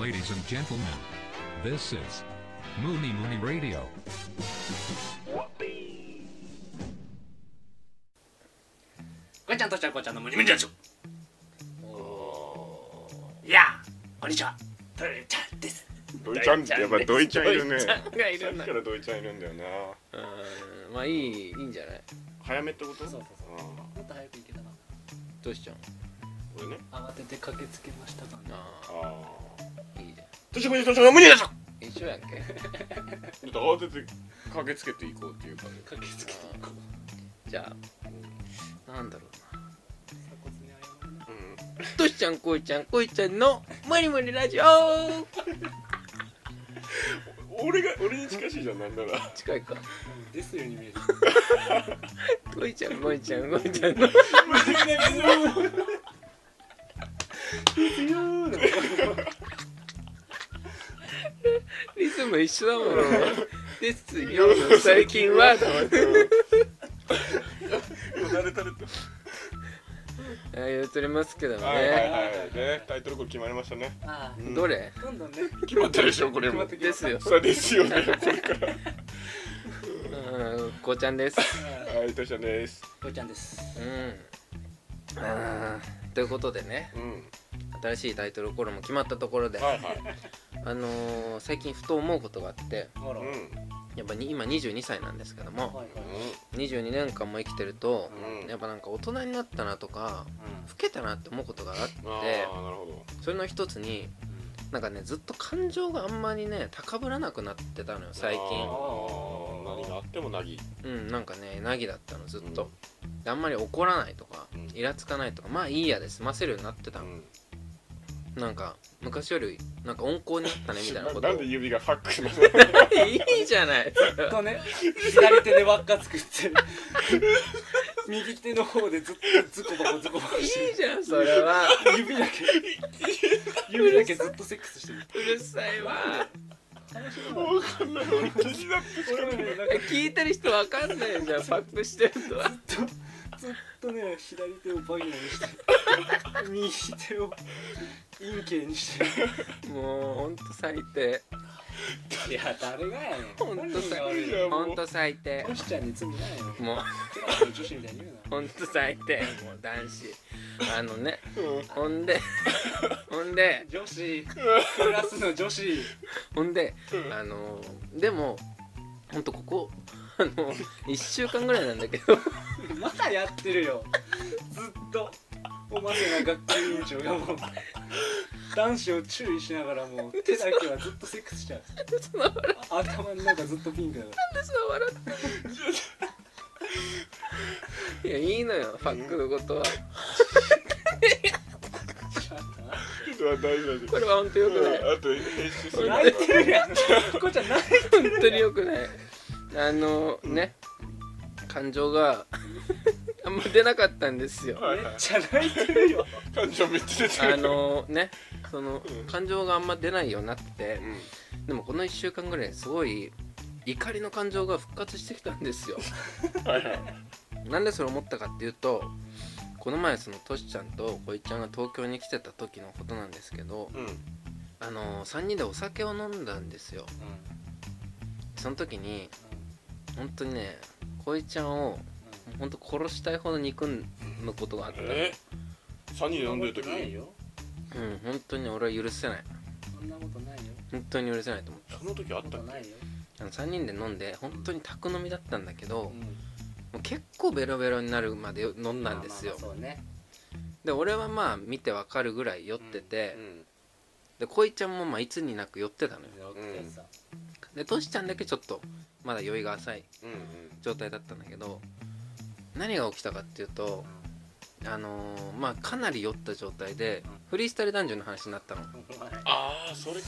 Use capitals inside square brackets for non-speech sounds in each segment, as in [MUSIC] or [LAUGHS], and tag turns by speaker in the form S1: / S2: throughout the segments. S1: Ladies and gentlemen, this is Mooney Mooney Radio.
S2: こんにちは、とちゃんこんちゃんのむにむにラジオ。おーいやー、こんにちは。とよちゃんです。
S3: ドイちゃんってやっぱドイちゃんいるね。
S4: ドイちゃんがい
S3: さっ
S4: る
S3: き
S4: な
S3: からドイちゃんいるんだよな。
S4: うんまあいいいいんじゃない
S3: 早めってこと？
S2: そうそうそう
S3: あ
S2: もっと早く行けたな。
S4: どうしちゃう
S3: ー俺ね。
S2: 慌てて駆けつけましたが。
S4: あ
S3: あ
S4: あいいじゃ
S3: あ。どうしようどうしよう無理だぞ。
S4: ん一緒やっけ [LAUGHS]
S3: ちょっと慌てて駆けつけていこうっていうかね。
S2: 駆けつけてこう。
S4: じゃあなんだろうな
S2: 鎖骨に謝るな
S3: うん。
S4: としちゃんこいちゃんこいちゃんの無理無理ラジオ
S3: 俺が俺に近しいじゃんなんなら。
S4: 近いか
S2: うんですように見える。
S4: こいちゃんこいちゃんこいちゃんのリズム一緒だもんですよ最近
S3: [LAUGHS]
S4: はだもん
S3: 慣れたれて。
S4: あ言うとりますけども
S3: はいはい
S4: ね
S3: はい。ねタイトルコール決まりましたね。
S2: あ
S3: うん
S4: どれ
S2: あ、どんどんね。
S3: 決まったでしょこれ
S2: 決ま
S3: も
S2: っ。てき
S4: で
S2: まし
S4: す
S2: た
S4: よ
S3: そうですよね。これから。
S4: うんこうちゃんです
S3: はいトシちゃんです。
S2: とよちゃんです。
S4: うんあーということでね
S3: うん。
S4: 新しいタイトルコールも決まったところで、
S3: はいはい。
S4: あのー最近ふと思うことがあって
S2: ほら。
S3: うん。
S2: は
S3: う
S2: い
S4: やっぱに今22歳なんですけども
S2: はい。
S4: 22年間も生きてると、
S3: うん
S4: やっぱなんか大人になったなとか老けたなって思うことがあっ
S3: ん。あ
S4: て
S3: あなるほど。
S4: それの一つになんかねずっと感情があんまりね高ぶらなくなってたのよ最近
S3: あー何があってもなぎ。
S4: うんなんかねなぎだったのずっと、であんまり怒らないとか
S3: うん
S4: イラつかないとかまあいいやで済ませるようになって
S3: う
S4: たの、
S3: ん。
S4: なんか昔よりなんか温厚になったねみたいな
S3: な
S4: こ
S3: [LAUGHS]
S4: と
S3: な
S4: を
S3: んで
S4: い
S3: 指がハックなの
S4: [LAUGHS] いじゃない
S2: うん。とね、左手で輪っか作ってる。右手の方でずっとズコバコズコバコ
S4: いい
S2: してる。
S4: じゃんそれは
S2: 指だ [LAUGHS] け。指だけずっとセックスしてる。
S4: うるさいわ
S3: わかんない俺気になって
S2: 俺もね、なんか
S4: え聞いてる人わかんないじゃんパックしてるとは
S2: ずっとね、左手をバイナにして、右手を陰茎にして。
S4: もうほんと最低
S2: いや、誰がやねん。
S4: ほん
S2: [LAUGHS]
S4: と最
S2: 悪い
S4: 低
S2: よ。
S4: ほんと最低
S2: トシちゃんに罪ないよ。
S4: もう
S2: テラスの女子みたいに言うな。
S4: ほんと最低もう男子あのね
S3: うん
S4: ほんでほんで
S2: 女 [LAUGHS] 子、クラスの女子。
S4: ほんであのでもほんとここあの1週間ぐらいなんだけど
S2: まだやってるよずっとおませな学級委員長がもう男子を注意しながらもう手だけはずっとセックスしちゃう
S4: その笑
S2: あ頭の中ずっとピンクだか
S4: ってその笑っていやいいのよファックのことは
S3: ちょっと待って大丈夫
S4: これはほんとよくない
S3: うんあと編集する
S2: ら泣いてるやんこちゃん泣い
S4: 本当に良くないあのね感情があんま出なかったんですよ
S3: はい
S2: め
S3: は
S2: っちゃ泣いてるよ
S3: い感情めっちゃ出てる
S4: あのねそ
S3: う
S4: の
S3: ん
S4: 感情があんま出ないようになってて
S3: うん
S4: でもこの1週間ぐらいすごい怒りの感情が復活してきたんですよ
S3: はいはい
S4: なんでそれ思ったかっていうとこの前そのトシちゃんとこいちゃんが東京に来てた時のことなんですけど
S3: うん
S4: あの3人でお酒を飲んだんですよその時に本当にねこいちゃんを本当殺したいほど憎むことがあった
S3: え三人で飲んでる時
S2: ないよ
S4: うん本当に俺は許せない
S2: そんなことないよ
S4: 本当に許せないと思う
S3: その時
S2: そ
S3: あっ
S2: んな
S3: た
S2: こ
S3: っ
S2: と
S3: け
S2: ないよ、
S4: あの3人で飲んで本当に宅飲みだったんだけど、
S2: う
S4: も
S2: ん、
S4: う結構ベロベロになるまで飲んだんですよ、
S2: まあまあまあそうね
S4: で俺はまあ見てわかるぐらい酔ってて、
S3: うん
S4: でこいちゃんもまあいつになく酔ってたのよ
S2: よくてさ
S4: でとしちゃんだけちょっとまだ酔いが浅い
S3: うんうん
S4: 状態だったんだけど何が起きたかっていうとあのーまあかなり酔った状態で
S2: うん
S4: フリースタイル男女の話になったの
S2: うんはいは
S3: ああそれか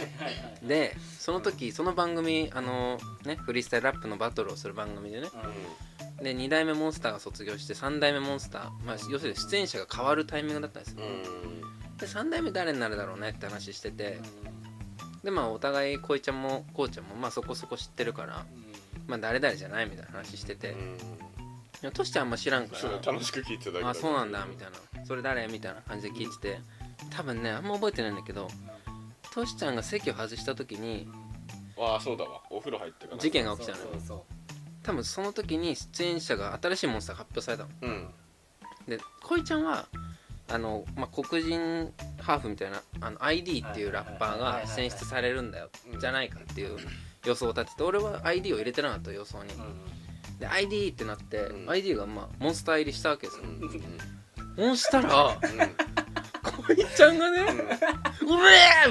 S2: いはいはい
S4: でその時その番組あのねフリースタイルラップのバトルをする番組でね
S2: うん
S4: で2代目モンスターが卒業して3代目モンスター、まあ、要するに出演者が変わるタイミングだったんですよ
S3: うん
S4: で3代目誰になるだろうねって話してて
S2: う
S4: でまあお互いこいちゃんもこうちゃんもまあそこそこ知ってるから
S2: んうん
S4: まあ誰々じゃないみたいな話してて
S3: うん
S4: でもトシちゃんあんま知らんか
S3: そうだ
S4: ら
S3: 楽しく聞いてただけ
S4: あそうなん
S3: だ
S4: だみたいなそれ誰みたいな感じで聞いてて多分ねあんま覚えてないんだけどトシちゃんが席を外した時に
S3: わあそうだわお風呂入ってから
S4: 事件が起きたのよ
S2: そうそうそ
S4: 多分その時に出演者が新しいモンスターが発表されたの
S3: うん
S4: で恋ちゃんはあの、まあ、黒人ハーフみたいなあの ID っていうラッパーが選出されるんだよ
S3: うん
S4: じゃないかっていう予想を立てて俺は ID を入れてなかった予想にで ID ってなって、
S3: うん
S4: ID がまあモンスター入りしたわけですよ
S3: う、んうんうん
S4: そうしたら [LAUGHS]
S3: う
S4: 恋ちゃんがね
S3: ん
S4: 「うめえ!」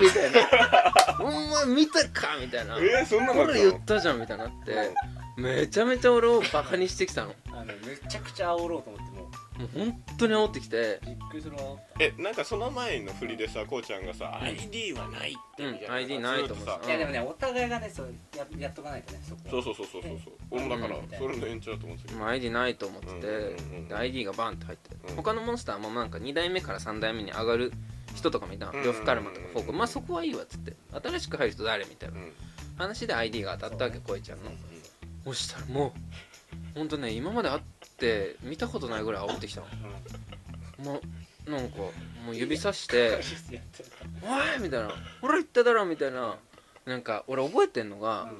S4: みたいな「お前見たか!」みたいな
S3: えー、そんなの
S4: これ言ったじゃん」みたいになってめちゃめちゃ俺をバカにしてきたのも
S2: うあのめちゃくちゃ煽ろうと思ってもう
S4: う本当に煽ってきて
S2: びっくりするわ
S3: えなんかその前の振りでさこうちゃんがさ ID はないってみたいな
S4: うん ID ないと思う
S3: さ
S4: うん
S2: いやでもねお互いがねそうややっとかないとねそこ
S3: そうそうそうそうそうそう俺もだからそれの延長だと思ってたけ
S4: 「
S3: ど
S4: まあ ID ない」と思ってて、
S3: うんうんうん
S4: で ID がバンって入って、
S3: うん
S4: 他のモンスターもなんか2代目から3代目に上がる人とかもいたの
S3: うん
S4: 呂布カルマとか
S3: う
S4: フォー
S3: んう
S4: ク
S3: ん
S4: まあそこはいいわっつって新しく入る人誰みたいな
S3: うん
S4: 話で ID が当たったわけこいちゃんのそしたらもうほんとね今まで会って見たことないぐらい煽ってきたのもうなんかもう指さして
S2: やってるか
S4: 「おい!」みたいな「俺言っただろ!」みたいななんか俺覚えてんのが
S2: うん
S4: 「い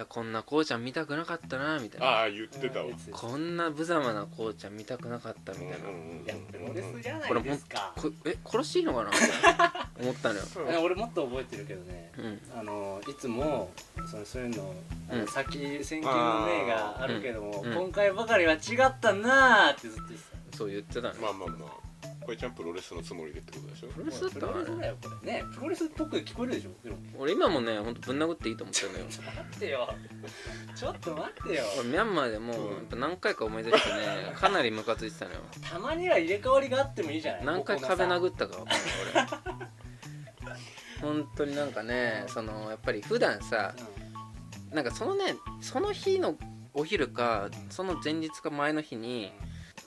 S4: やこんなこうちゃん見たくなかったな」みたいな
S3: ああ言ってたわ
S2: うん
S3: う
S4: 「こんな無様なこうちゃん見たくなかった」み
S3: んうん
S4: たいな
S3: うんうん
S2: いやプロレスじゃな
S4: これ
S2: い
S4: も
S2: で
S4: っ
S2: すか
S4: こえ殺していいのかなみたいな思ったのよ、
S3: そう
S2: いや俺もっと覚えてるけどね
S4: うん、
S2: あのいつもそのそういうの、
S4: うん
S2: 先先見の明があるけども、
S4: うんうん
S2: 今回ばかりは違ったなーってずっと言ってた
S4: そう言ってたの
S3: ま
S4: よ
S3: あまあまあこれちゃんプロレスのつもりでってことでしょ
S4: プロレスだった
S2: プロレ
S4: の
S2: ス
S4: あ
S2: だ
S4: れ
S2: よこれねプロレスっぽく聞こえるでしょでも
S4: 俺今もねほんとぶん殴っていいと思ってるのよ
S2: ちょっと待ってよちょっと待ってよ
S4: 俺ミャンマーでもやっぱ何回か思い出してねかなりムカついてたのよ
S2: たまには入れ替わりがあってもいいじゃない
S4: 何回
S2: ここのさ
S4: 壁殴ったか分かんない俺本当になんかねそのやっぱり普段さなんかそのねその日のお昼かその前日か前の日に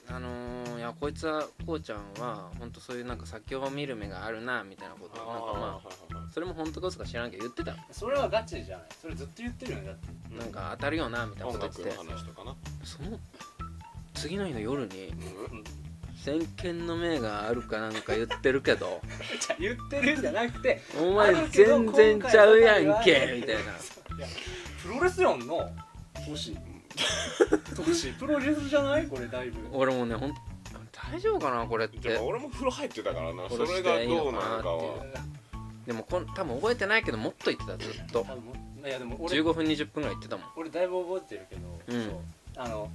S4: あのー、いやこいつはこうちゃんは本当そういうなんか先を見る目があるなみたいなことをなんかまあそれも本当か嘘か知らんけど言ってた
S2: うんそれはガチじゃないそれずっと言ってるよねだって
S4: なんか当たるよなみたいなこ
S3: 音
S4: と言
S3: 楽
S4: って
S3: の
S4: て
S3: 話とかな
S4: その次の日の夜に
S3: うん
S4: 先見の明があるかなんか言ってるけど
S2: じゃあ言ってるんじゃなくて
S4: お
S2: あ
S4: 前
S2: るけど
S4: 全然ちゃうやん
S2: 今回は
S4: けみたいな
S2: やプロレスやんなトシトシプロレスじゃないこれだいぶ
S4: 俺もねほん大丈夫かなこれっ
S3: で
S4: て
S3: も俺も風呂入ってたからなそ
S4: 殺
S3: れ
S4: し
S3: が
S4: ていい
S3: ど
S4: の
S3: うな
S4: かな
S3: の
S4: っていう
S3: かは
S4: でもこん多分覚えてないけどもっと言ってたずっと
S2: 多分いやでも俺
S4: 15分20分ぐらい言ってたもん
S2: 俺だいぶ覚えてるけど、
S4: うん
S2: そうあの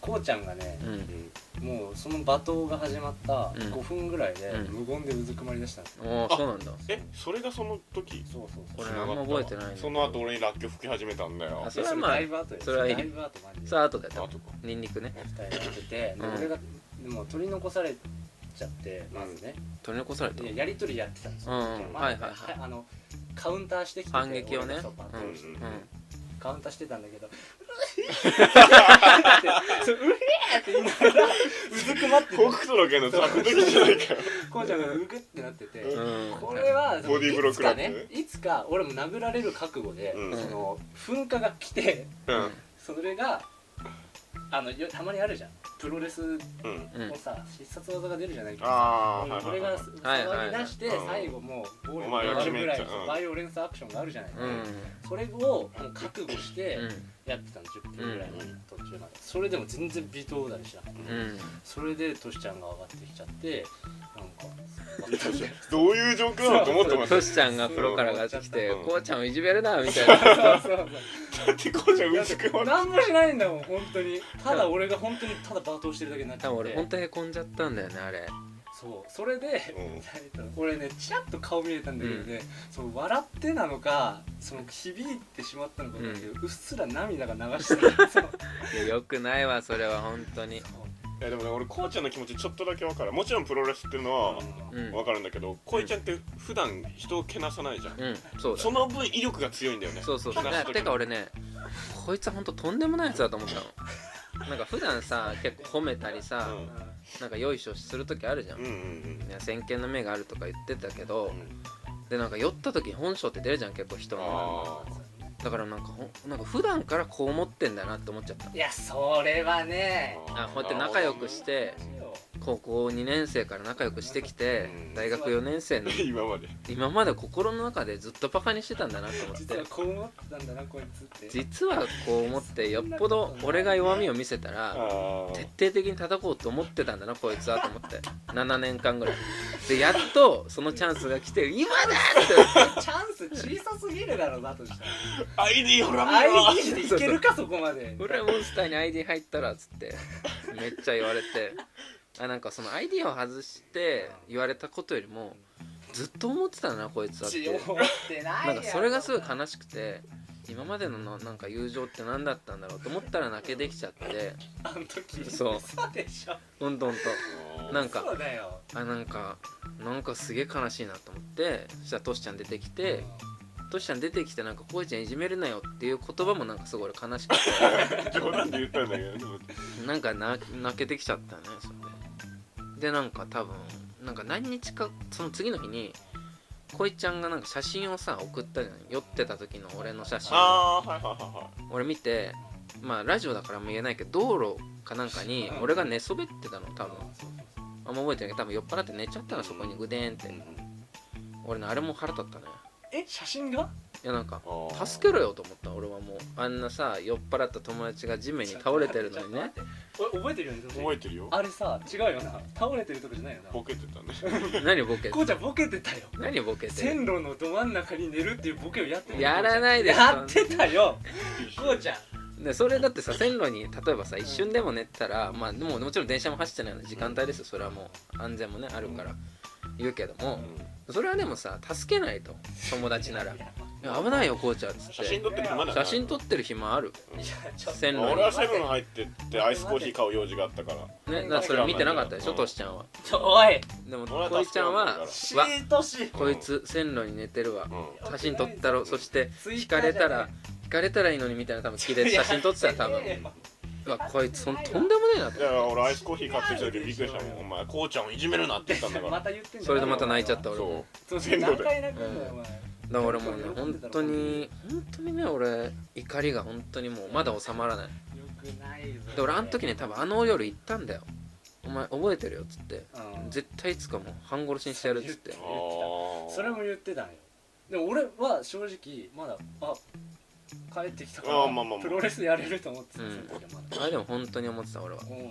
S2: こうちゃんがね、
S4: うん
S2: もうその罵倒が始まった
S4: うん
S2: 5分ぐらいで、
S4: うん
S2: 無言でうずくまりだしたんですよ
S4: おおそうなんだ
S3: えそれがその時
S2: そうそうそう
S4: 俺あんま覚えてないね
S3: その後俺にらっきょう吹き始めたんだよ
S4: あ
S2: いや
S4: それはまあ
S2: だいぶ後です
S4: それはいい
S2: だいぶ後マジで
S4: さあ後で
S3: あ
S4: 多
S3: と
S4: 分
S3: か
S4: ニンニクね
S2: 二人でやってて、で
S4: うん
S2: 俺がでも取り残されちゃってまずね、
S4: 取り残された
S2: でやり取りやってたんですよ、
S4: うん
S2: その時
S4: うん
S2: まあ
S4: はいはいはい
S2: あのカウンターしてきてて
S4: 反撃をね
S2: 俺がそうバッと
S4: うんうん
S3: うん
S2: カウンターしてたんだけど「うえ!」そううえーって言いながらうずくまって
S3: 北斗の拳のザク時じゃないかよ
S2: こうちゃんがうぐってなってて、
S4: うん
S2: これは
S3: ボディーブロック
S2: いつか
S3: なん
S2: ね
S3: て
S2: いつか俺も殴られる覚悟で、
S3: うん
S2: その噴火が来て
S3: うん
S2: それがあのよたまにあるじゃんプロレス
S3: うん
S4: うん
S2: のさ、必殺技が出るじゃないけどさ
S3: ああ
S2: うん
S3: ー
S2: こ
S3: は
S2: れ
S3: いはい
S2: が
S3: はい
S2: 騒ぎ出して
S3: はいはいはい
S2: 最後もうゴール
S3: お
S2: に
S3: 前
S4: が
S2: なるぐらい
S3: 決めたうん
S2: バイオレンスアクションがあるじゃない、
S4: うん
S2: それをもう覚悟し
S4: う
S2: て
S4: ん
S2: やってたの10分ぐらいの
S3: うん
S2: 途中までそれでも全然微糖だりしなかった
S4: うん
S2: それでトシちゃんが上がってきちゃってなんか
S3: [LAUGHS] どういう状況なのと思ってま
S4: ト
S3: す
S4: シちゃんが風呂から上がってきて
S3: う
S4: 「
S3: ん
S4: こうちゃんをいじめるな」みた
S2: [LAUGHS]
S4: い
S2: [LAUGHS]
S4: な
S2: そうそうそ
S3: [LAUGHS]
S2: う
S3: だってこうちゃん
S2: だ
S3: う
S2: っ
S3: ず
S2: て
S3: くま
S2: 何もしないんだもん本当にただ俺が本当にただ罵倒してるだけになっちゃ
S4: 多
S2: っ
S4: 分
S2: て
S4: 俺本当へこんじゃったんだよねあれ
S2: そうそれで、
S3: う
S2: [LAUGHS]
S3: ん
S2: 俺ねちらっと顔見えたんだけどね、そう笑ってなのかその響いてしまったのかわかんないけど、うっすら涙が流
S4: [LAUGHS]
S2: してたそう
S4: いやよくないわそれは本当に
S3: いやでもね俺こうちゃんの気持ちちょっとだけ分かるもちろんプロレスっていうのは
S4: う
S3: 分
S4: ん
S3: かるんだけどこういちゃんって普段人をけなさないじゃん
S4: うんそうだ
S3: その分威力が強いんだよね
S4: そうそうそう
S3: けなす時
S4: てか俺ねこいつは本当とんでもないやつだと思ったのなんか普段さ結構褒めたりさ、
S3: うん
S4: なんかよいしょする時あるじゃん、
S3: うんうん
S4: いや先見の目があるとか言ってたけ
S3: う
S4: ど、
S3: ん
S4: でなんか酔った時に本性って出るじゃん結構人の
S3: ああ
S4: だからなんかほんなんか普段からこう思ってんだなって思っちゃった
S2: いやそれはね
S4: あこうやって仲良くして
S2: 違うよ
S4: 高校2年生から仲良くしてきて
S3: うん
S4: 大学4年生
S3: [LAUGHS]
S4: の
S3: 今まで
S4: 今まで心の中でずっとバカにしてたんだなと
S3: [LAUGHS]
S4: 思っ
S2: 実
S4: て
S2: はこう思ったんだなこいつって
S4: 実はこう思ってよっぽど俺が弱みを見せたら
S3: あ
S4: 徹
S3: ー
S4: 底的に叩こうと思ってたんだなこいつはと思って7年間ぐらいでやっとそのチャンスが来て「今だ!」っ
S2: チャンス小さすぎるだろだとしたら
S3: ID ほら見ろ
S2: ID でいけるかそこまで
S4: て「俺モンスターに ID 入ったら」っつってめっちゃ言われてあなんかその ID を外して言われたことよりもずっと思ってたんだなこいつはって
S2: ち
S4: いう
S2: 思ってない
S4: な
S2: や
S4: んかそれがすごい悲しくて今までのななんか友情って何だったんだろうと思ったら泣けてきちゃって
S2: あの時
S4: そう
S2: 嘘でしょ
S4: どんどんとな
S3: なん
S4: か
S2: そうだよ
S4: あなんかなんかすげえ悲しいなと思ってそしたらトシちゃん出てきてトシちゃん出てきてなんか「こいちゃんいじめるなよ」っていう言葉もなんかすごい俺悲しくて
S3: 冗談で言ったんだけどね
S4: なんかな泣けてきちゃったねそれででなんか多分なんか何日かその次の日にこいちゃんがなんか写真をさ送ったじゃない酔ってた時の俺の写真を
S3: ああはいはいはいはい
S4: 俺見てまあラジオだからも言えないけど道路かなんかに俺が寝そべってたの多分あんま覚えてないけど多分酔っ払って寝ちゃったのそこにぐでーんって俺ねあれも腹立ったね
S2: え写真が
S4: いやなんか
S3: あー
S4: 助けろよと思った俺はもうあんなさ酔っ払った友達が地面に倒れてるの
S3: [LAUGHS]
S4: にね
S2: ちょっと待って俺覚えてるよねそ
S3: 覚
S2: れ
S3: えてるよ
S2: あれさ違うよな倒れてるとこじゃないよな
S3: ボケてたね
S4: 何ボケ
S2: こうちゃんボケてたよ
S4: 何ボケてる
S2: 線路のど真ん中に寝るっていうボケをやってたよ
S4: やらないで
S2: やってたよこうちゃん
S4: でそれだってさ線路に例えばさ一瞬でも寝てたら、まあでももちろん電車も走ってないような時間帯ですよそれはもう安全もねあるから言うけどもそれはでもさ助けないと友達なら
S2: いや
S4: いや危ないよこうちゃんっつっ
S3: 写真
S4: て
S3: 撮ってる暇ない
S4: 写真撮ってる暇ある
S2: ちょっと
S4: 線路に
S3: 俺はセブン入ってってアイスコーヒー買う用事があったから
S4: ねだからそれ見てなかったでしょ
S3: うん
S4: トシちゃんは
S2: ちょおい
S4: でも
S3: 俺は
S4: こいちゃ
S3: 助けられ
S4: ん
S3: ないか
S4: は
S3: ら
S2: シ
S4: わ
S2: ートシ
S4: こいつ線路に寝てるわ
S3: うん
S4: 写真撮ったろそして
S2: ツイ
S4: 引
S2: ッタ
S4: か
S2: ーじゃ
S4: れ
S2: ない
S4: たら引かれたらいいのにみたいな多分気で写真撮ってたよ多分
S2: いやいや
S4: うわこいつほんとんでもねえなと
S3: だから俺アイスコーヒー買ってきた時びっくりしたもんお前こうちゃんをいじめるなって言ったんだか
S2: ま
S3: ら
S2: た言ってんだ
S4: それでまた泣いちゃった俺も
S3: そ
S2: そう
S3: 線路
S2: 何
S3: で
S2: 回泣くんだよお前
S4: だからもうね本当に本当にね俺怒りが本当にもうまだ収まらない
S2: よくないぞ
S4: で俺あの時ね多分あの夜行ったんだよお前覚えてるよっつって
S2: うん
S4: 絶対いつかもう半殺しにしてやるっつって
S3: うあー
S2: それも言ってたんよでも俺は正直まだあ帰ってきたか
S3: あーまあまあま
S2: ら
S3: あ
S2: プロレスやれると思ってた
S4: うん
S2: その時はまだ
S4: あれでも本当に思ってた俺は
S2: お前も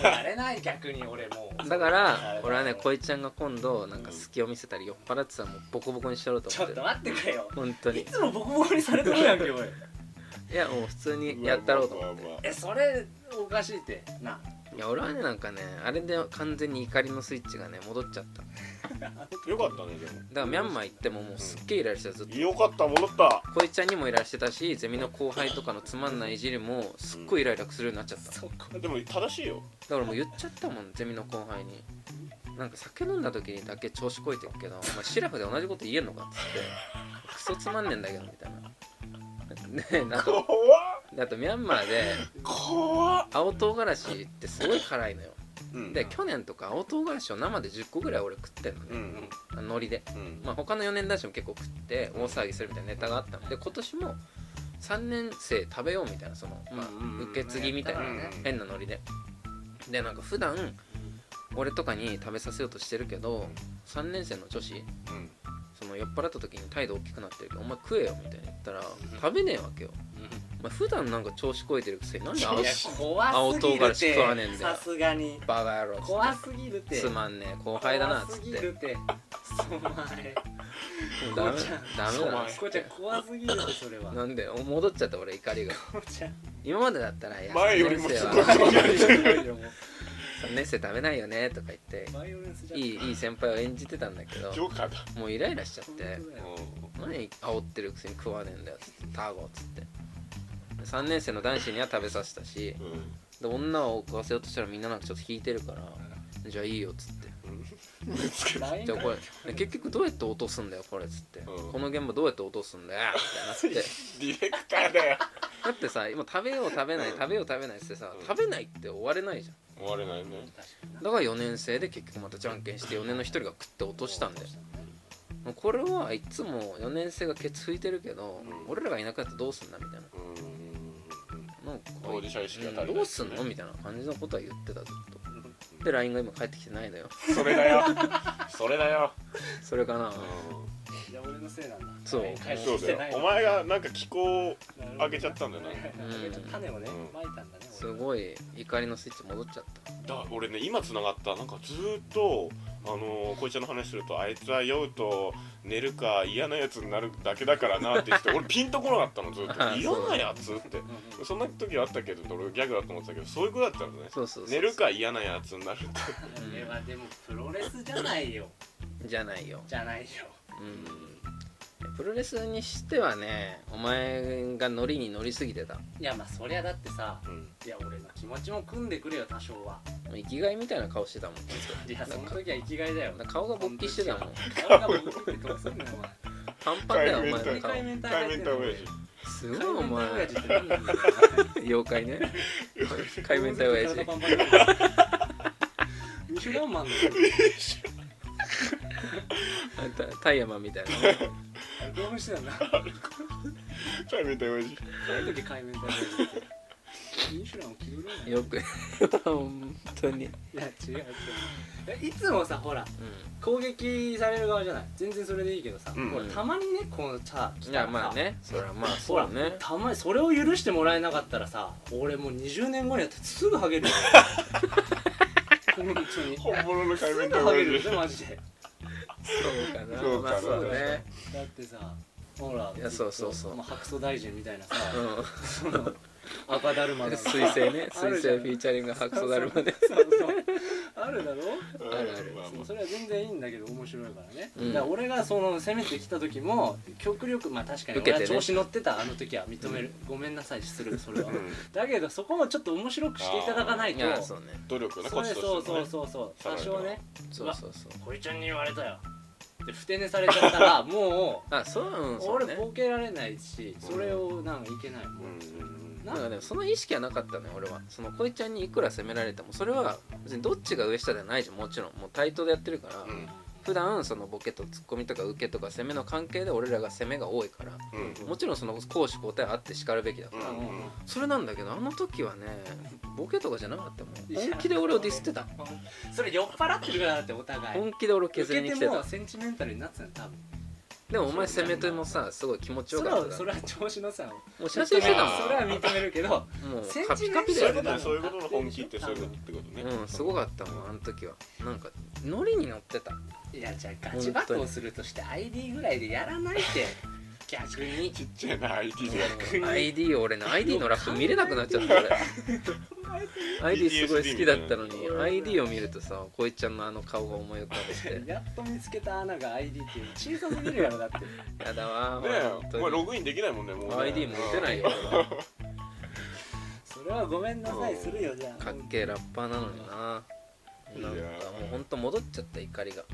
S2: うやれない逆に俺もう
S4: だから俺はね
S2: い
S4: 恋ちゃんが今度なんか隙を見せたり酔っ払ってたらもうボコボコにしてやろうと
S2: ちょ
S4: 思っ
S2: ってと
S4: る
S2: 待ってくれよ
S4: 本当に
S2: いつもボコボコにされてるやんけおい
S4: いやもう普通にやったろうと思って
S3: うわうわうわ
S2: えそれおかしいってない
S4: や俺はねなんかねあれで完全に怒りのスイッチがね戻っちゃっただか
S3: よかったねでも
S4: らミャンマー行ってももうすっげえイライラしてたずっと
S3: よかった戻った
S4: 恋ちゃんにもイライラしてたしゼミの後輩とかのつまんないいじりもすっごいイライラするようになっちゃっただか
S2: そこ
S3: でも正しいよ
S4: ら俺もう言っちゃったもんゼミの後輩になんか酒飲んだ時にだけ調子こいてるけどお前シラフで同じこと言えんのかっつってクソつまんねえんだけどみたいなでなんか
S3: 怖っ
S4: であとミャンマーで
S3: 怖っ
S4: 青唐辛子ってすごい辛いのよ
S3: うん
S4: で去年とか青唐辛子を生で10個ぐらい俺食ってんの
S3: う
S4: ね
S3: ん
S4: あの海苔で
S3: うん
S4: まあ他の4年男子も結構食って大騒ぎするみたいなネタがあったので今年も3年生食べようみたいなその、まあ
S2: うんうんうん
S4: 受け継ぎみたいな
S3: うんうん
S4: 変なノリででなんか普段俺とかに食べさせようとしてるけど3年生の女子
S3: うん
S4: その酔っ払った時に態度大きくなってるけど「お前食えよ」みたいに言ったら食べねえわけよお前普段なんか調子こいてるくせになん
S2: い
S4: で
S2: や
S4: 青
S2: 怖すぎる
S4: 青唐
S2: っ
S4: 辛子食わね
S2: て
S4: えんだよ
S2: さすがに
S4: バカ野郎っつっ
S2: 怖すぎるってて
S4: つまんねえ後輩だなっつっ
S2: 怖す
S4: て
S2: ぎるってお前
S4: もうダメ
S2: こうちゃん
S4: ダメだなっつ
S2: こ
S4: っ
S2: うちゃん
S4: て
S2: 怖すぎるってそれは
S4: なんで戻っちゃった俺怒りが
S2: こうちゃん
S4: 今までだったらいや
S3: 前よりも
S4: 3年生
S3: す
S4: は
S3: ごい [LAUGHS] 怖い
S4: 3年生食べないよねとか言って
S2: バイオレンスじゃん
S4: いいいい先輩を演じてたんだけど
S3: ジョーカーだ
S4: もうイライラしちゃって
S2: 本当だよ
S4: 何煽ってるくせに食わねえんだよつってタゴっつって3年生の男子には食べさせたし
S3: うん
S4: で女を食わせようとしたらみんななんかちょっと引いてるからじゃあいいよっつって
S3: うんぶつけた
S2: LINE
S4: じゃあこれ結局どうやって落とすんだよこれっつって、
S3: うん
S4: この現場どうやって落とすんだよって
S3: デ [LAUGHS]
S4: なって
S3: ィレクターだよ
S4: だってさ今食べよう食べない食べよう食べないっつってさ食べないって終われないじゃん
S3: 終われないね
S4: だから4年生で結局またじゃんけんして4年の1人が食って落としたんだよもうこれはいつも4年生がケツ拭いてるけど、
S3: うん
S4: 俺らがいなくなったらどうすんだみたい
S3: う
S4: な
S3: ん
S4: なんか
S3: 当事者意識が足りない
S4: うんどうすんのみたいな感じのことは言ってたずっとで LINE が今返ってきてないのよ
S3: それだよそれだよ、
S4: それかな
S2: じゃあ俺のせいなんだ
S4: そう
S2: 返
S3: そ
S2: し
S3: う
S2: てな
S3: だ
S2: い
S3: よ
S2: の
S3: お前がなんか気候
S2: なるほど
S3: 上げちゃったんだよな
S2: はいはいはい
S4: うん
S2: 上げちゃった種をね
S3: うん
S2: まいたんだね
S4: すごい怒りのスイッチ戻っちゃった
S3: だ俺ね今繋がったなんかずーっとあのー、こいちゃんの話するとあいつは酔うと寝るか嫌なやつになるだけだからなって言って俺ピンとこなかったのずっ
S4: あ
S3: と嫌なやつって
S2: うんうん
S3: そんな時あったけど俺ギャグだと思ってたけどそういうことだったのね
S4: そうそうそう
S3: 寝るか嫌なやつになるって
S4: うん
S2: いやまあでもプロレスじゃないよ
S4: じゃないよ
S2: じゃないよ
S4: うんプロレスにしてはねお前がノリに乗りすぎてたも
S2: いやまあそりゃだってさ
S3: うん
S2: いや俺の気持ちも組んでくれよ多少は
S4: う生きがいみたいな顔してたもん
S2: いやその時は生きがいだよ
S4: なんか顔が勃起してたもん
S2: 顔が勃起ってどうすんのよ
S3: [LAUGHS]
S4: パンパンだよお
S2: お前
S4: 前の
S2: 二回
S4: 顔
S2: 目
S3: 対面対面やし
S4: すごい
S2: 海
S4: お
S2: 面体親
S4: 前
S2: 父って何なんだよ
S4: 妖怪ね海面体親父
S2: 体パンパンだよ [LAUGHS] ミシュランマンだよ
S4: たタイヤマンみたいなね
S2: 興奮してたんだ
S3: 対面対面やし
S2: その時海面体親父ってミシュランを着るような
S4: よく本当に
S2: いや違うってえいつもさほら攻撃される側じゃない全然それでいいけどさ、
S3: うん
S2: ほらたまにねこのさ
S4: う
S2: 来
S4: んい
S2: たら
S4: や
S2: さ
S4: まあねそれはまあ
S2: ほ
S4: そ
S2: ら
S4: うね
S2: たまにそれを許してもらえなかったらさ俺もう20年後にやってすぐハゲるよ本当にす
S3: 本物の対面
S2: ぐ
S3: 対
S2: ハゲ
S3: 面
S2: る
S3: や
S2: よマジで
S4: そうかな
S3: そうかな
S4: まあそうね
S2: だってさほら
S4: いやそうそうそう
S2: もう白素大臣みたいなさ、
S4: うん
S2: その赤だるまだ
S4: [LAUGHS] 水
S2: [LAUGHS]
S4: 星ね
S2: あ
S4: 水
S2: る
S4: 星
S2: じゃん
S4: フィーチャリング白素だるまで
S2: そうそうあるだろ
S3: うん
S4: あるある
S3: まあ
S2: そ
S3: ま
S2: うそれは全然いいんだけど面白いからね、
S4: うん
S2: だから俺がその攻めてきた時も極力まあ確かに
S4: 受
S2: 俺
S4: けて
S2: は調
S4: ね
S2: 子乗ってたあの時は認める、ごめんなさいするそれは
S3: あうん
S2: だけどそこもちょっと面白くしていただかない
S4: い
S2: と
S4: やそうね
S3: 努力な
S2: そ
S3: コ
S2: う
S3: ツ
S2: そう
S3: として
S2: そ
S3: も
S2: う
S3: ね
S2: そうそう多少ね
S4: そうそうそう
S2: 「こいちゃんに言われたよ」ってふて寝されちゃったらもう
S4: あそううんそう
S2: 俺
S4: ね
S2: ボケられないしそれをなんかいけないも
S3: うん
S2: ん
S3: うん
S4: なんかでもその意識はなかったね俺はその恋ちゃんにいくら責められてもそれは別にどっちが上下じゃないじゃんもちろんもう対等でやってるから、
S3: うん
S4: 普段そのボケとツッコミとか受けとか攻めの関係で俺らが攻めが多いから
S3: うん
S4: もちろんその攻守交代あってしかるべきだから、
S3: うんうんうん
S4: それなんだけどあの時はねボケとかじゃなかったも
S2: いや
S4: ん本気で俺をディスってた
S2: それ酔っ払ってるからだってお互い
S4: 本気で俺を削
S2: 受け
S4: りに来
S2: て
S4: て
S2: も
S4: た
S2: センチメンタルになってたの多分
S4: でもお前攻め手もさすごい気持ちよ
S2: それ
S4: かっ
S2: は
S4: た
S2: そ
S4: か
S2: れ
S4: ら
S2: は調子のさ
S4: もう写真してたもん
S2: それは認めるけど
S4: もう
S2: セン
S4: カ
S2: チ
S4: ピ
S2: メ
S4: カ
S2: ン
S4: ピ
S3: そう
S4: だ
S3: いうこ
S4: よ
S3: とね
S4: ね多分
S3: そういうことの本気ってそういうことってことね
S4: うんすごかったもんあの時はなんかノリに乗ってた
S2: いやじゃあガチバトルするとして ID ぐらいでやらないって逆に
S3: ちっちゃいな IT
S4: [LAUGHS]
S3: でやる
S4: ID を俺の ID のラップ見れなくなっちゃった俺 ID すごい好きだったのに ID を見るとさこいちゃんのあの顔が思い浮かべて
S2: やっと見つけた穴が ID っていう小さすぎるやろだって
S4: やだわ
S3: ね
S4: ー本
S3: えお前
S4: 当
S3: ロ
S4: に
S3: グインできないもんねもうね
S4: ID も打
S3: [LAUGHS]
S4: てないよ俺は
S2: それはごめんなさいするよじゃあ
S4: かっけえラッパーなのにななんかもうほんと戻っちゃった怒りが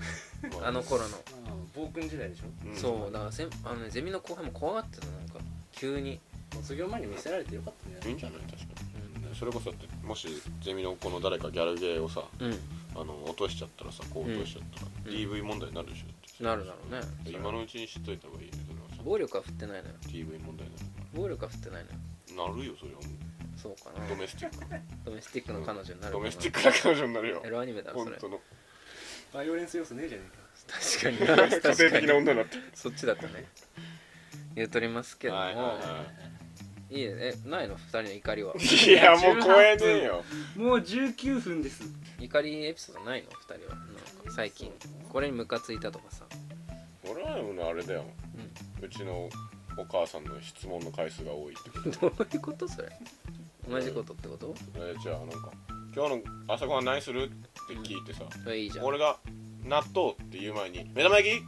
S3: うん
S4: あの頃の
S2: うん暴君時代でしょ
S3: ん
S4: そうだからせんあの、ね、ゼミの後輩も怖がってたなんか急に
S2: 卒業前に見せられてよかったんじゃない
S3: いいんじゃない確かにそれこそだってもしゼミのこの誰かギャルゲーをさ
S4: うん
S3: あの落としちゃったらさこう落としちゃったら、
S4: うん
S3: DV 問題になるでしょ
S4: なるだろうね
S3: だって今のうちに知っといた方がいいねそれは
S4: 暴力は振ってないのよ
S3: さ DV 問題に
S4: 暴力は振ってないのよ
S3: なるなるよそれはも
S4: そうか
S3: う
S4: な
S3: ドメスティック
S4: ドメスティックの彼女になるかな
S3: ドメスティックな彼女になるよ
S4: エロアニメだろそ
S3: 本
S4: れ
S3: 当の
S2: バイオレンス要素ねえじゃねえか
S4: 確かにな確
S3: 家庭
S4: か
S3: 的 [LAUGHS] な
S4: に
S3: 女になって
S4: そっちだったね言うとりますけども、
S3: はい
S4: い、
S3: はい
S4: ええないの2人の怒りはい
S3: いやもう超えねえよ
S2: もう19分です
S4: 怒りエピソードないの2人はなんか最近これにムカついたとかさ、 [LAUGHS]
S3: 俺はもうねあれだよ
S4: うん、
S3: うちのお母さんの質問の回数が多いってこと
S4: どういうことそれ同じことってこと
S3: えじゃあなんか「今日の朝ごはん何する?」って聞いてさ
S4: それいいじゃん
S3: 俺が「納豆」って言う前に「目玉焼き?」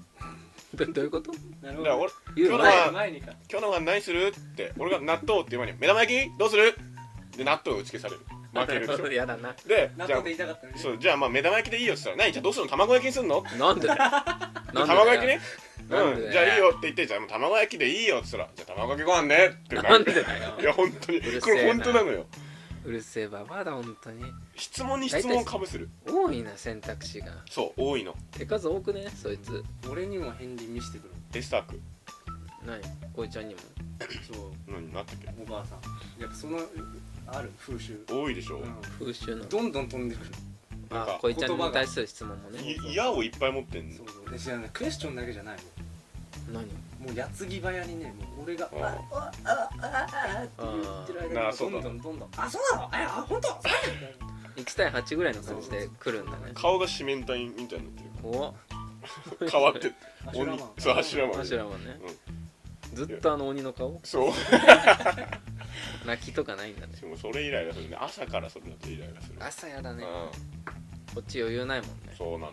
S4: どどういうこと
S2: なる
S3: だから俺
S4: 言う
S3: 今日の
S4: 前
S3: は
S2: 前にか
S3: 今日のご飯何するって俺が納豆って言う前に目玉焼きどうするで納豆を打ち消される負けるでしょ
S4: [LAUGHS] やだな
S3: で
S2: 納
S3: じゃ
S2: 豆
S3: あ
S2: で言いたかったね
S3: そうじゃあまあ目玉焼きでいいよって言ったら何じゃあどうするの卵焼きにすんの
S4: なん
S3: [LAUGHS]
S4: でだよなんでだよ
S3: 卵焼きね
S4: なん
S3: う
S4: で
S3: んじゃあ
S4: だ
S3: いい
S4: よ
S3: よって言ってじゃあもう卵焼きでいいよって言ったらじゃあ卵かけご飯ねってなる
S4: なんでだよ
S3: いや本当に
S4: うるせえな
S3: これ本当なのよ
S4: うるせえババアだ本当に
S3: 質問に質問をかぶせる
S4: 多いな選択肢が
S3: そう多いの
S4: 手数多くねそいつ
S2: 俺にも片鱗見せてくる
S3: エスターク
S4: 何こいちゃんにも
S2: そう
S3: 何なったっけ
S2: おばあさんやっぱそのある風習
S3: 多いでしょ、
S2: うん
S4: 風習なの
S2: どんどん飛んでくる
S3: なん
S4: あ
S3: か
S4: こいちゃんに対する質問もね
S3: い嫌をいっぱい持ってんの
S2: そうそうで知らないクエスチョンだけじゃないも
S4: 何
S2: うもう矢継ぎ早にねもう俺が「
S3: う
S2: あ
S3: ん
S2: あああああ」って言ってる
S3: な
S2: 間
S3: あ
S2: に
S3: そ
S2: ど
S3: うんだ
S2: どんどんどん「あそうなのえあ本当そうなのみたいな
S4: 1対8ぐらいの感じで来るんだね
S3: 顔が四面体みたいになって
S4: お
S3: る変わってる
S2: アシュラ
S3: 鬼
S2: マン
S3: そう柱まで
S4: 柱もねずっとあの鬼の顔
S3: そう
S4: 泣きとかないんだね
S3: でもそれイライラするね朝からそれだとイライラする
S4: 朝やだね
S3: う
S4: こっち余裕ないもんね
S3: んそうなのよ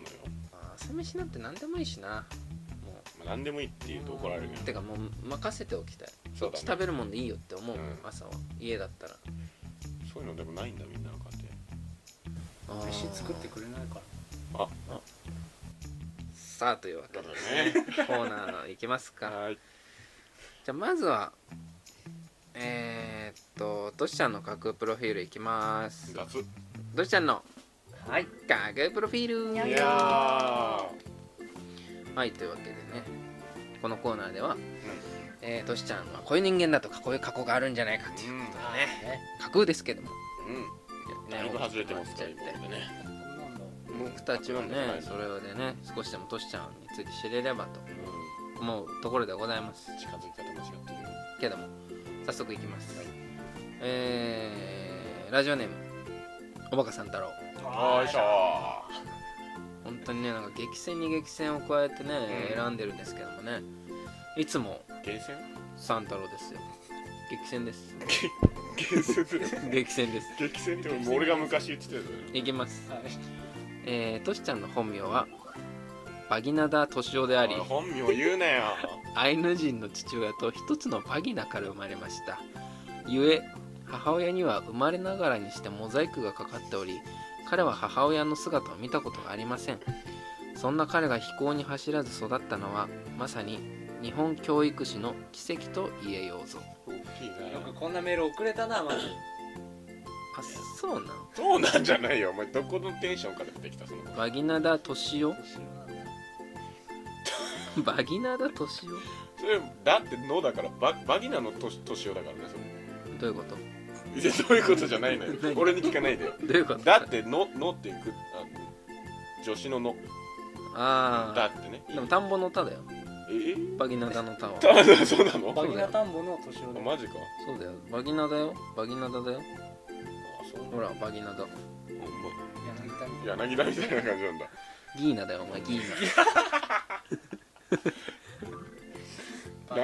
S4: あ朝飯なんて何でもいいしなもう
S3: まあ何でもいいって言うと怒られるけ
S4: て
S3: ど
S4: かもう任せておきたい
S3: そ
S4: こ
S3: う
S4: っ
S3: だ
S4: ち
S3: ね
S4: 食べるもんでいいよって思うもん
S3: うん
S4: 朝は家だったら
S3: そういうのでもないんだみんなの家
S2: 飯作ってくれないから
S4: さあというわ [LAUGHS] け
S3: 庭
S4: で
S3: だからね
S4: コーナーいきますか
S3: はい
S4: じゃあまずはえー、っとトシちゃんの架空プロフィールいきます
S3: ガツ
S4: トシちゃんのはい架空プロフィール
S3: いや
S4: はいというわけでねこのコーナーでは、
S3: ん
S4: えー、としちゃんはこういう人間だとかこういう過去があるんじゃないかっていうことをね、架空ですけども
S3: ーうんだいぶ外れてますから今までね
S2: そんなんだ
S4: 僕たちはねそれでね少しでもとしちゃんについて知れればと思うところでございます
S3: うん近づき方間違ってるよ
S4: けども早速いきます、えー、ラジオネームおばかさん太郎
S3: よいしょ
S4: 本当にねなんか激戦に激戦を加えてね、
S3: うん
S4: 選んでるんですけどもねいつも
S3: ーゲーセン
S4: 三太郎ですよ激戦です
S3: [LAUGHS] ゲーセンって
S4: 激戦です
S3: 激戦ってもう [LAUGHS] 俺が昔言ってたやつだよね
S4: いきます
S2: はい
S4: えー、トシちゃんの本名はバギナダ・トシオであり
S3: おい本名言うなよ
S4: アイヌ人の父親と一つのバギナから生まれましたゆえ母親には生まれながらにしてモザイクがかかっており彼は母親の姿を見たことがありませんそんな彼が非行に走らず育ったのはまさに日本教育史の奇跡と言えようぞ
S3: 大きいな
S2: よくこんなメール送れたなまず
S4: あそうなん
S3: そうなんじゃないよお前どこのテンションから出てきたその子
S4: バギナダ・トシオバギナダ・トシオ
S3: それだってのだからババギナの年年をだからねそれ
S4: どういうこと
S3: いやそういうことじゃないの [LAUGHS] よ
S4: 何
S3: 俺に聞かないでよ
S4: どういうこと
S3: だってののっていくあ女子のの
S4: あ
S3: だ
S4: あ
S3: ってね
S4: でも田んぼの田だよ
S3: え
S4: バギナダの田は
S3: ただそうなの
S2: バギナ田んぼの年を
S3: あ
S2: ね
S3: マジか
S4: そうだよバギナダよバギナダだよ
S3: あそう
S4: ほらバギナダ
S3: ほ
S2: 柳田みたい
S3: んま柳田みたいな感じ [LAUGHS] なんだ
S4: ギーナだよお
S3: [LAUGHS]
S4: 前ギー
S2: な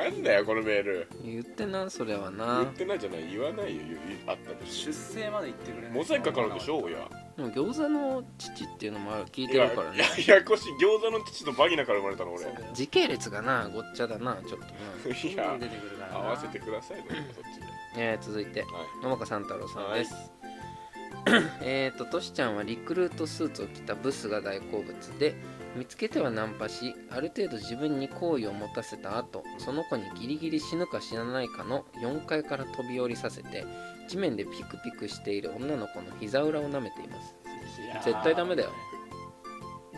S3: なんだよこのメール
S4: ナ言ってなそれは
S3: 言
S4: な
S3: ってないじゃない言わないよ言うあったとし
S2: 出生まで行ってくれない
S3: モザイクかかるでしょ親
S4: でも餃子の父っていうのもある聞い
S3: い
S4: てるからね
S3: やややこしい餃子の父とバギナから生まれたの
S2: そう
S3: 俺
S2: だよ
S4: 時系列がなごっちゃだなちょっとな
S2: どん
S3: い
S2: ど
S3: や
S2: ん出てくるからな
S3: 合わせてくださいどうぞそっちで
S4: えー、続いて
S3: はい
S4: 野中三太郎さんです、 [COUGHS] えっとトシちゃんはリクルートスーツを着たブスが大好物で見つけてはナンパしある程度自分に好意を持たせた後その子にギリギリ死ぬか死なないかの4階から飛び降りさせて地面でピクピクしている女の子の膝裏を舐めています
S2: いやー
S4: 絶対ダメだよ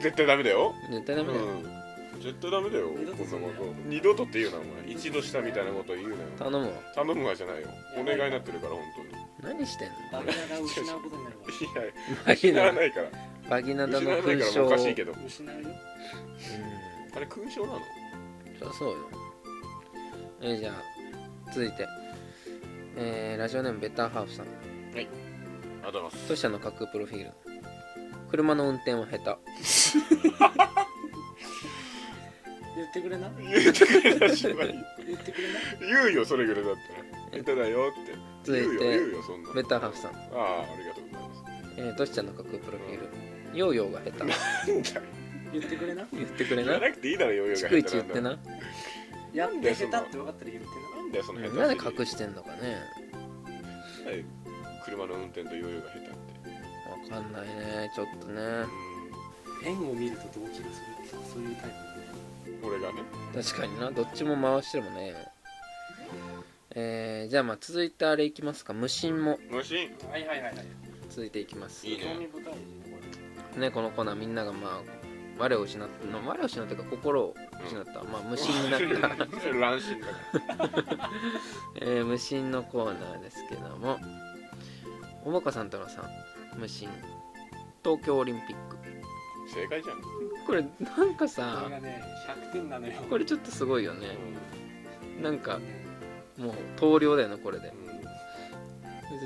S3: 絶対ダメだよ
S4: 絶対ダメだよ、
S3: うん絶対ダメだよこん
S2: 二
S3: な
S2: 度
S3: こと
S2: すんなよ
S3: 二度とって言うなお前一度したみたいなこと言うなよ
S4: 頼むわ
S3: 頼むわじゃないよお願いになってるから本
S4: 何して
S3: [LAUGHS]
S4: んの
S2: バギナが失うことになるわ
S3: 当にい
S4: バ
S3: や
S4: ギ
S3: 知
S4: ナ
S3: らないから
S4: バギナ
S3: 知ら
S4: ダ
S3: な
S4: の
S3: いから
S4: 勲
S3: も
S4: 章
S3: うお
S4: を
S3: かしいけど
S2: 失う
S3: [LAUGHS]
S2: よ
S4: うん
S3: あれ勲章なの
S4: そりゃそうよえーじゃあ続いて、えーラジオネームベターハーフさん
S3: ありがとうございま
S4: トシちゃんの架空プロフィール車の運転は下手
S2: 言ってくれな
S3: 言ってくれたしまい
S2: 言ってくれな
S3: 言うよそれぐらいだったら下手だよって
S4: 続
S3: 言う
S4: い
S3: よ言う
S4: て
S3: よそんな
S4: ベターハーフさん
S3: ああありがとうございます
S4: えートシちゃんの架空プロフィールヨーヨーが下手
S3: なんだよ
S2: 言ってくれな
S4: [LAUGHS] 言ってくれ
S3: 言わ
S4: な
S3: なくていいだろ余裕
S4: 逐
S3: が
S4: 一言ってな
S2: やって下手って分かったら言ってな
S3: なんだよその下手
S4: なんで隠してんのかね
S3: はい車の運転と余裕が下手って
S4: わかんないねちょっとね
S2: 円を見ると動機がするそういうタイ
S3: うん俺がね
S4: 確かになどっちも回してもねえー、じゃあまあ続いてあれいきますか無心も
S3: 無心
S2: プはいはいはいはい
S4: 続いていきます
S3: いいね
S2: 興味深い
S4: ねこのコーナーみんながまあ我を失ったの我を失ったというか心を失った、まあ無心になった
S3: 乱心だから
S4: えー無心のコーナーですけどもおばかさんとのさん無心東京オリンピック
S3: 正解じゃん、
S4: これなんか
S2: こ
S4: さ
S2: れがね100点なのよ
S4: これちょっとすごいよね
S3: う
S4: なんかもう投了だよねこれで
S3: んうん
S4: 別に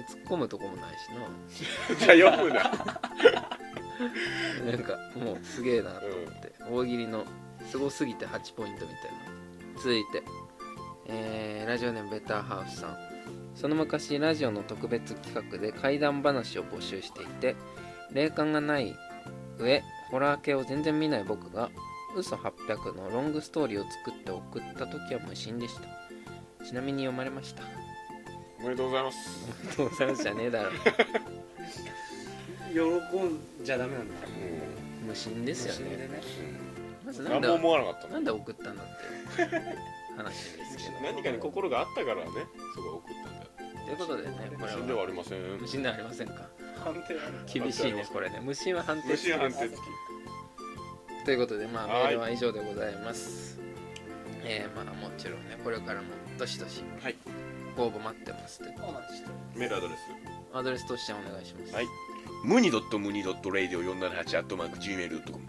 S4: 突っ込むとこもないし
S3: じゃあ読むな
S4: ななんかもうすげえなと思って大喜利のすごすぎて8ポイントみたいな続いて、えーラジオネームベターハーフさんその昔ラジオの特別企画で怪談話を募集していて霊感がない上ホラー系を全然見ない僕が嘘800のロングストーリーを作って送った時は無心でしたちなみに読まれました [LAUGHS]
S3: おめでとうございます、
S4: どうさんじゃねえだろ
S2: 喜んじゃダメなんだ
S3: うん
S4: 無心ですよねまず
S3: うん、
S4: な
S3: 何
S4: んで
S3: も思わなかったの
S4: なんで送ったんだって話ですけど
S3: [LAUGHS] 何かに心があったからねそこを送ったんだよ
S4: ということでねこれ
S3: 死んでは
S4: は
S3: ありません
S4: 無心ではありませんか
S2: 判定なんだ
S4: 厳しいねこれね無心は判定
S3: 無心判定付き
S4: ということでまあメ
S3: はい
S4: ールは以上でございますえー、まあもちろんねこれからもどしどし
S3: はい
S4: ご応募待ってますという
S2: お待ちしております
S3: メールアドレス
S4: アドレスとしてお願いします
S3: はいムニドットムニドットレイディオ478アットマーク Gmail.com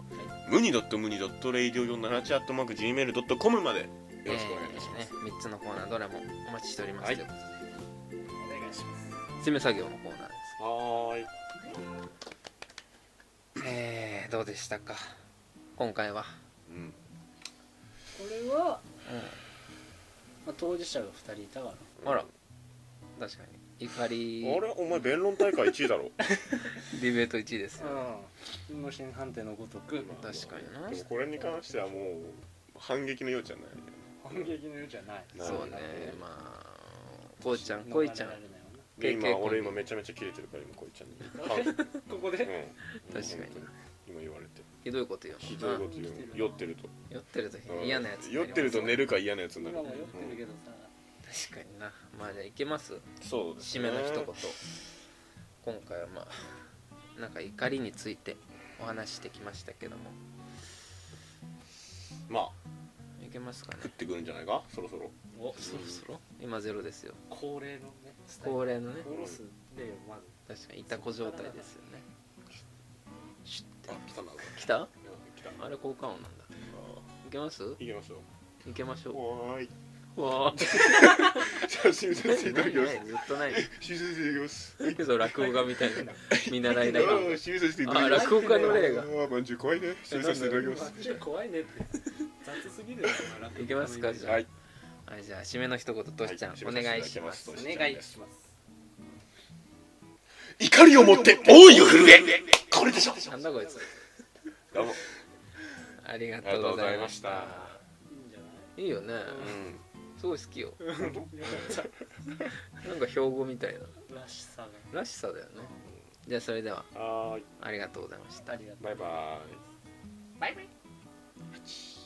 S3: ムニドットムニドットレイディオ478アットマーク Gmail.com までよ
S4: えー
S3: ろしくお願いいたします、
S4: ね、3つのコーナーどれもお待ちしております、
S3: はい
S4: ということで
S2: お願いします
S4: 詰め作業のコーナーです
S3: はーい
S4: えー、どうでしたか今回は、
S3: うん
S2: これは、まあ、当事者が2人いたから
S4: あら確かに怒り
S3: あれお前弁論大会1位だろ
S4: ディベート1位ですよ
S2: うん無心判定のごとく
S4: [LAUGHS] 確かにな
S3: でもこれに関してはもう反撃のようじゃない
S2: 反撃のようじゃない
S3: なる
S4: そ
S3: ほ
S4: う
S3: ど
S4: ねまあこうちゃんこいちゃん
S2: 逃れられないわな
S3: で
S4: 経験
S3: 今俺今めちゃめちゃキレてるから今こいちゃんに確か
S2: ここで
S4: 確かに
S3: 今言われて
S4: ひどいこと言う
S3: ひ
S4: も
S3: ど
S4: ん
S3: い
S4: な
S3: こと言う酔ってると
S4: 酔ってると
S3: うん
S4: 嫌なやつにな
S3: 酔
S4: ります
S3: ってると寝るか嫌なやつにな
S2: 今
S3: る
S2: も酔ってるけどさ、
S4: 確かになまあじゃあいけます
S3: そうです
S4: 締
S3: ね
S4: めの一言今回はまあなんか怒りについてお話ししてきましたけども
S3: まあ
S4: いけますかね
S3: 食ってくるんじゃないかそろそろ
S2: お
S4: そろそろ今ゼロですよ
S2: 恒例のねスタイル
S4: 恒例のね
S2: おろす例をまず
S4: 確かにいた子状態ですよねシュッ
S3: あ
S4: て
S3: 来たな
S4: 来た
S3: 来た
S4: あれ効果音なんだいけます
S3: いけますよ
S4: いけましょう
S3: はーい
S4: わあ、
S3: じゃあ清水先生いただきます
S4: ずっとない。
S3: 清水先生いただきます
S4: けど落語家みたいな見習い
S3: あ
S4: だけど。
S3: ー清水先生いただ
S4: あ、
S3: きます
S4: 落語家の例
S3: あ
S4: が。
S3: ーまんじゅう怖いね清水先生いただきま
S2: まあ
S3: す
S2: ちょっと怖い
S4: [LAUGHS]
S2: ねって雑すぎるよな落語家のイメージ
S4: いけますかじゃあ
S3: はい
S4: はい、じゃあ締めの一言としちゃん、
S3: はい
S4: お願いします。
S3: 締めさせていただきます
S2: お願いします
S3: 怒りを持って王位を震えこれでしょ
S4: なんだこいつ。
S3: どうも
S4: ありがとうございました
S3: ありがとうございま。
S2: いいんじゃない
S4: いよね。
S3: うん
S4: すごい好きよ。
S2: いよかっ
S4: なんか標語みたいな
S2: たらしさが
S4: らしさだよね。じゃあそれでは
S3: はーい
S4: ありがとうございました。
S2: ありがとう
S3: バイバイ
S2: バイバイ
S3: チ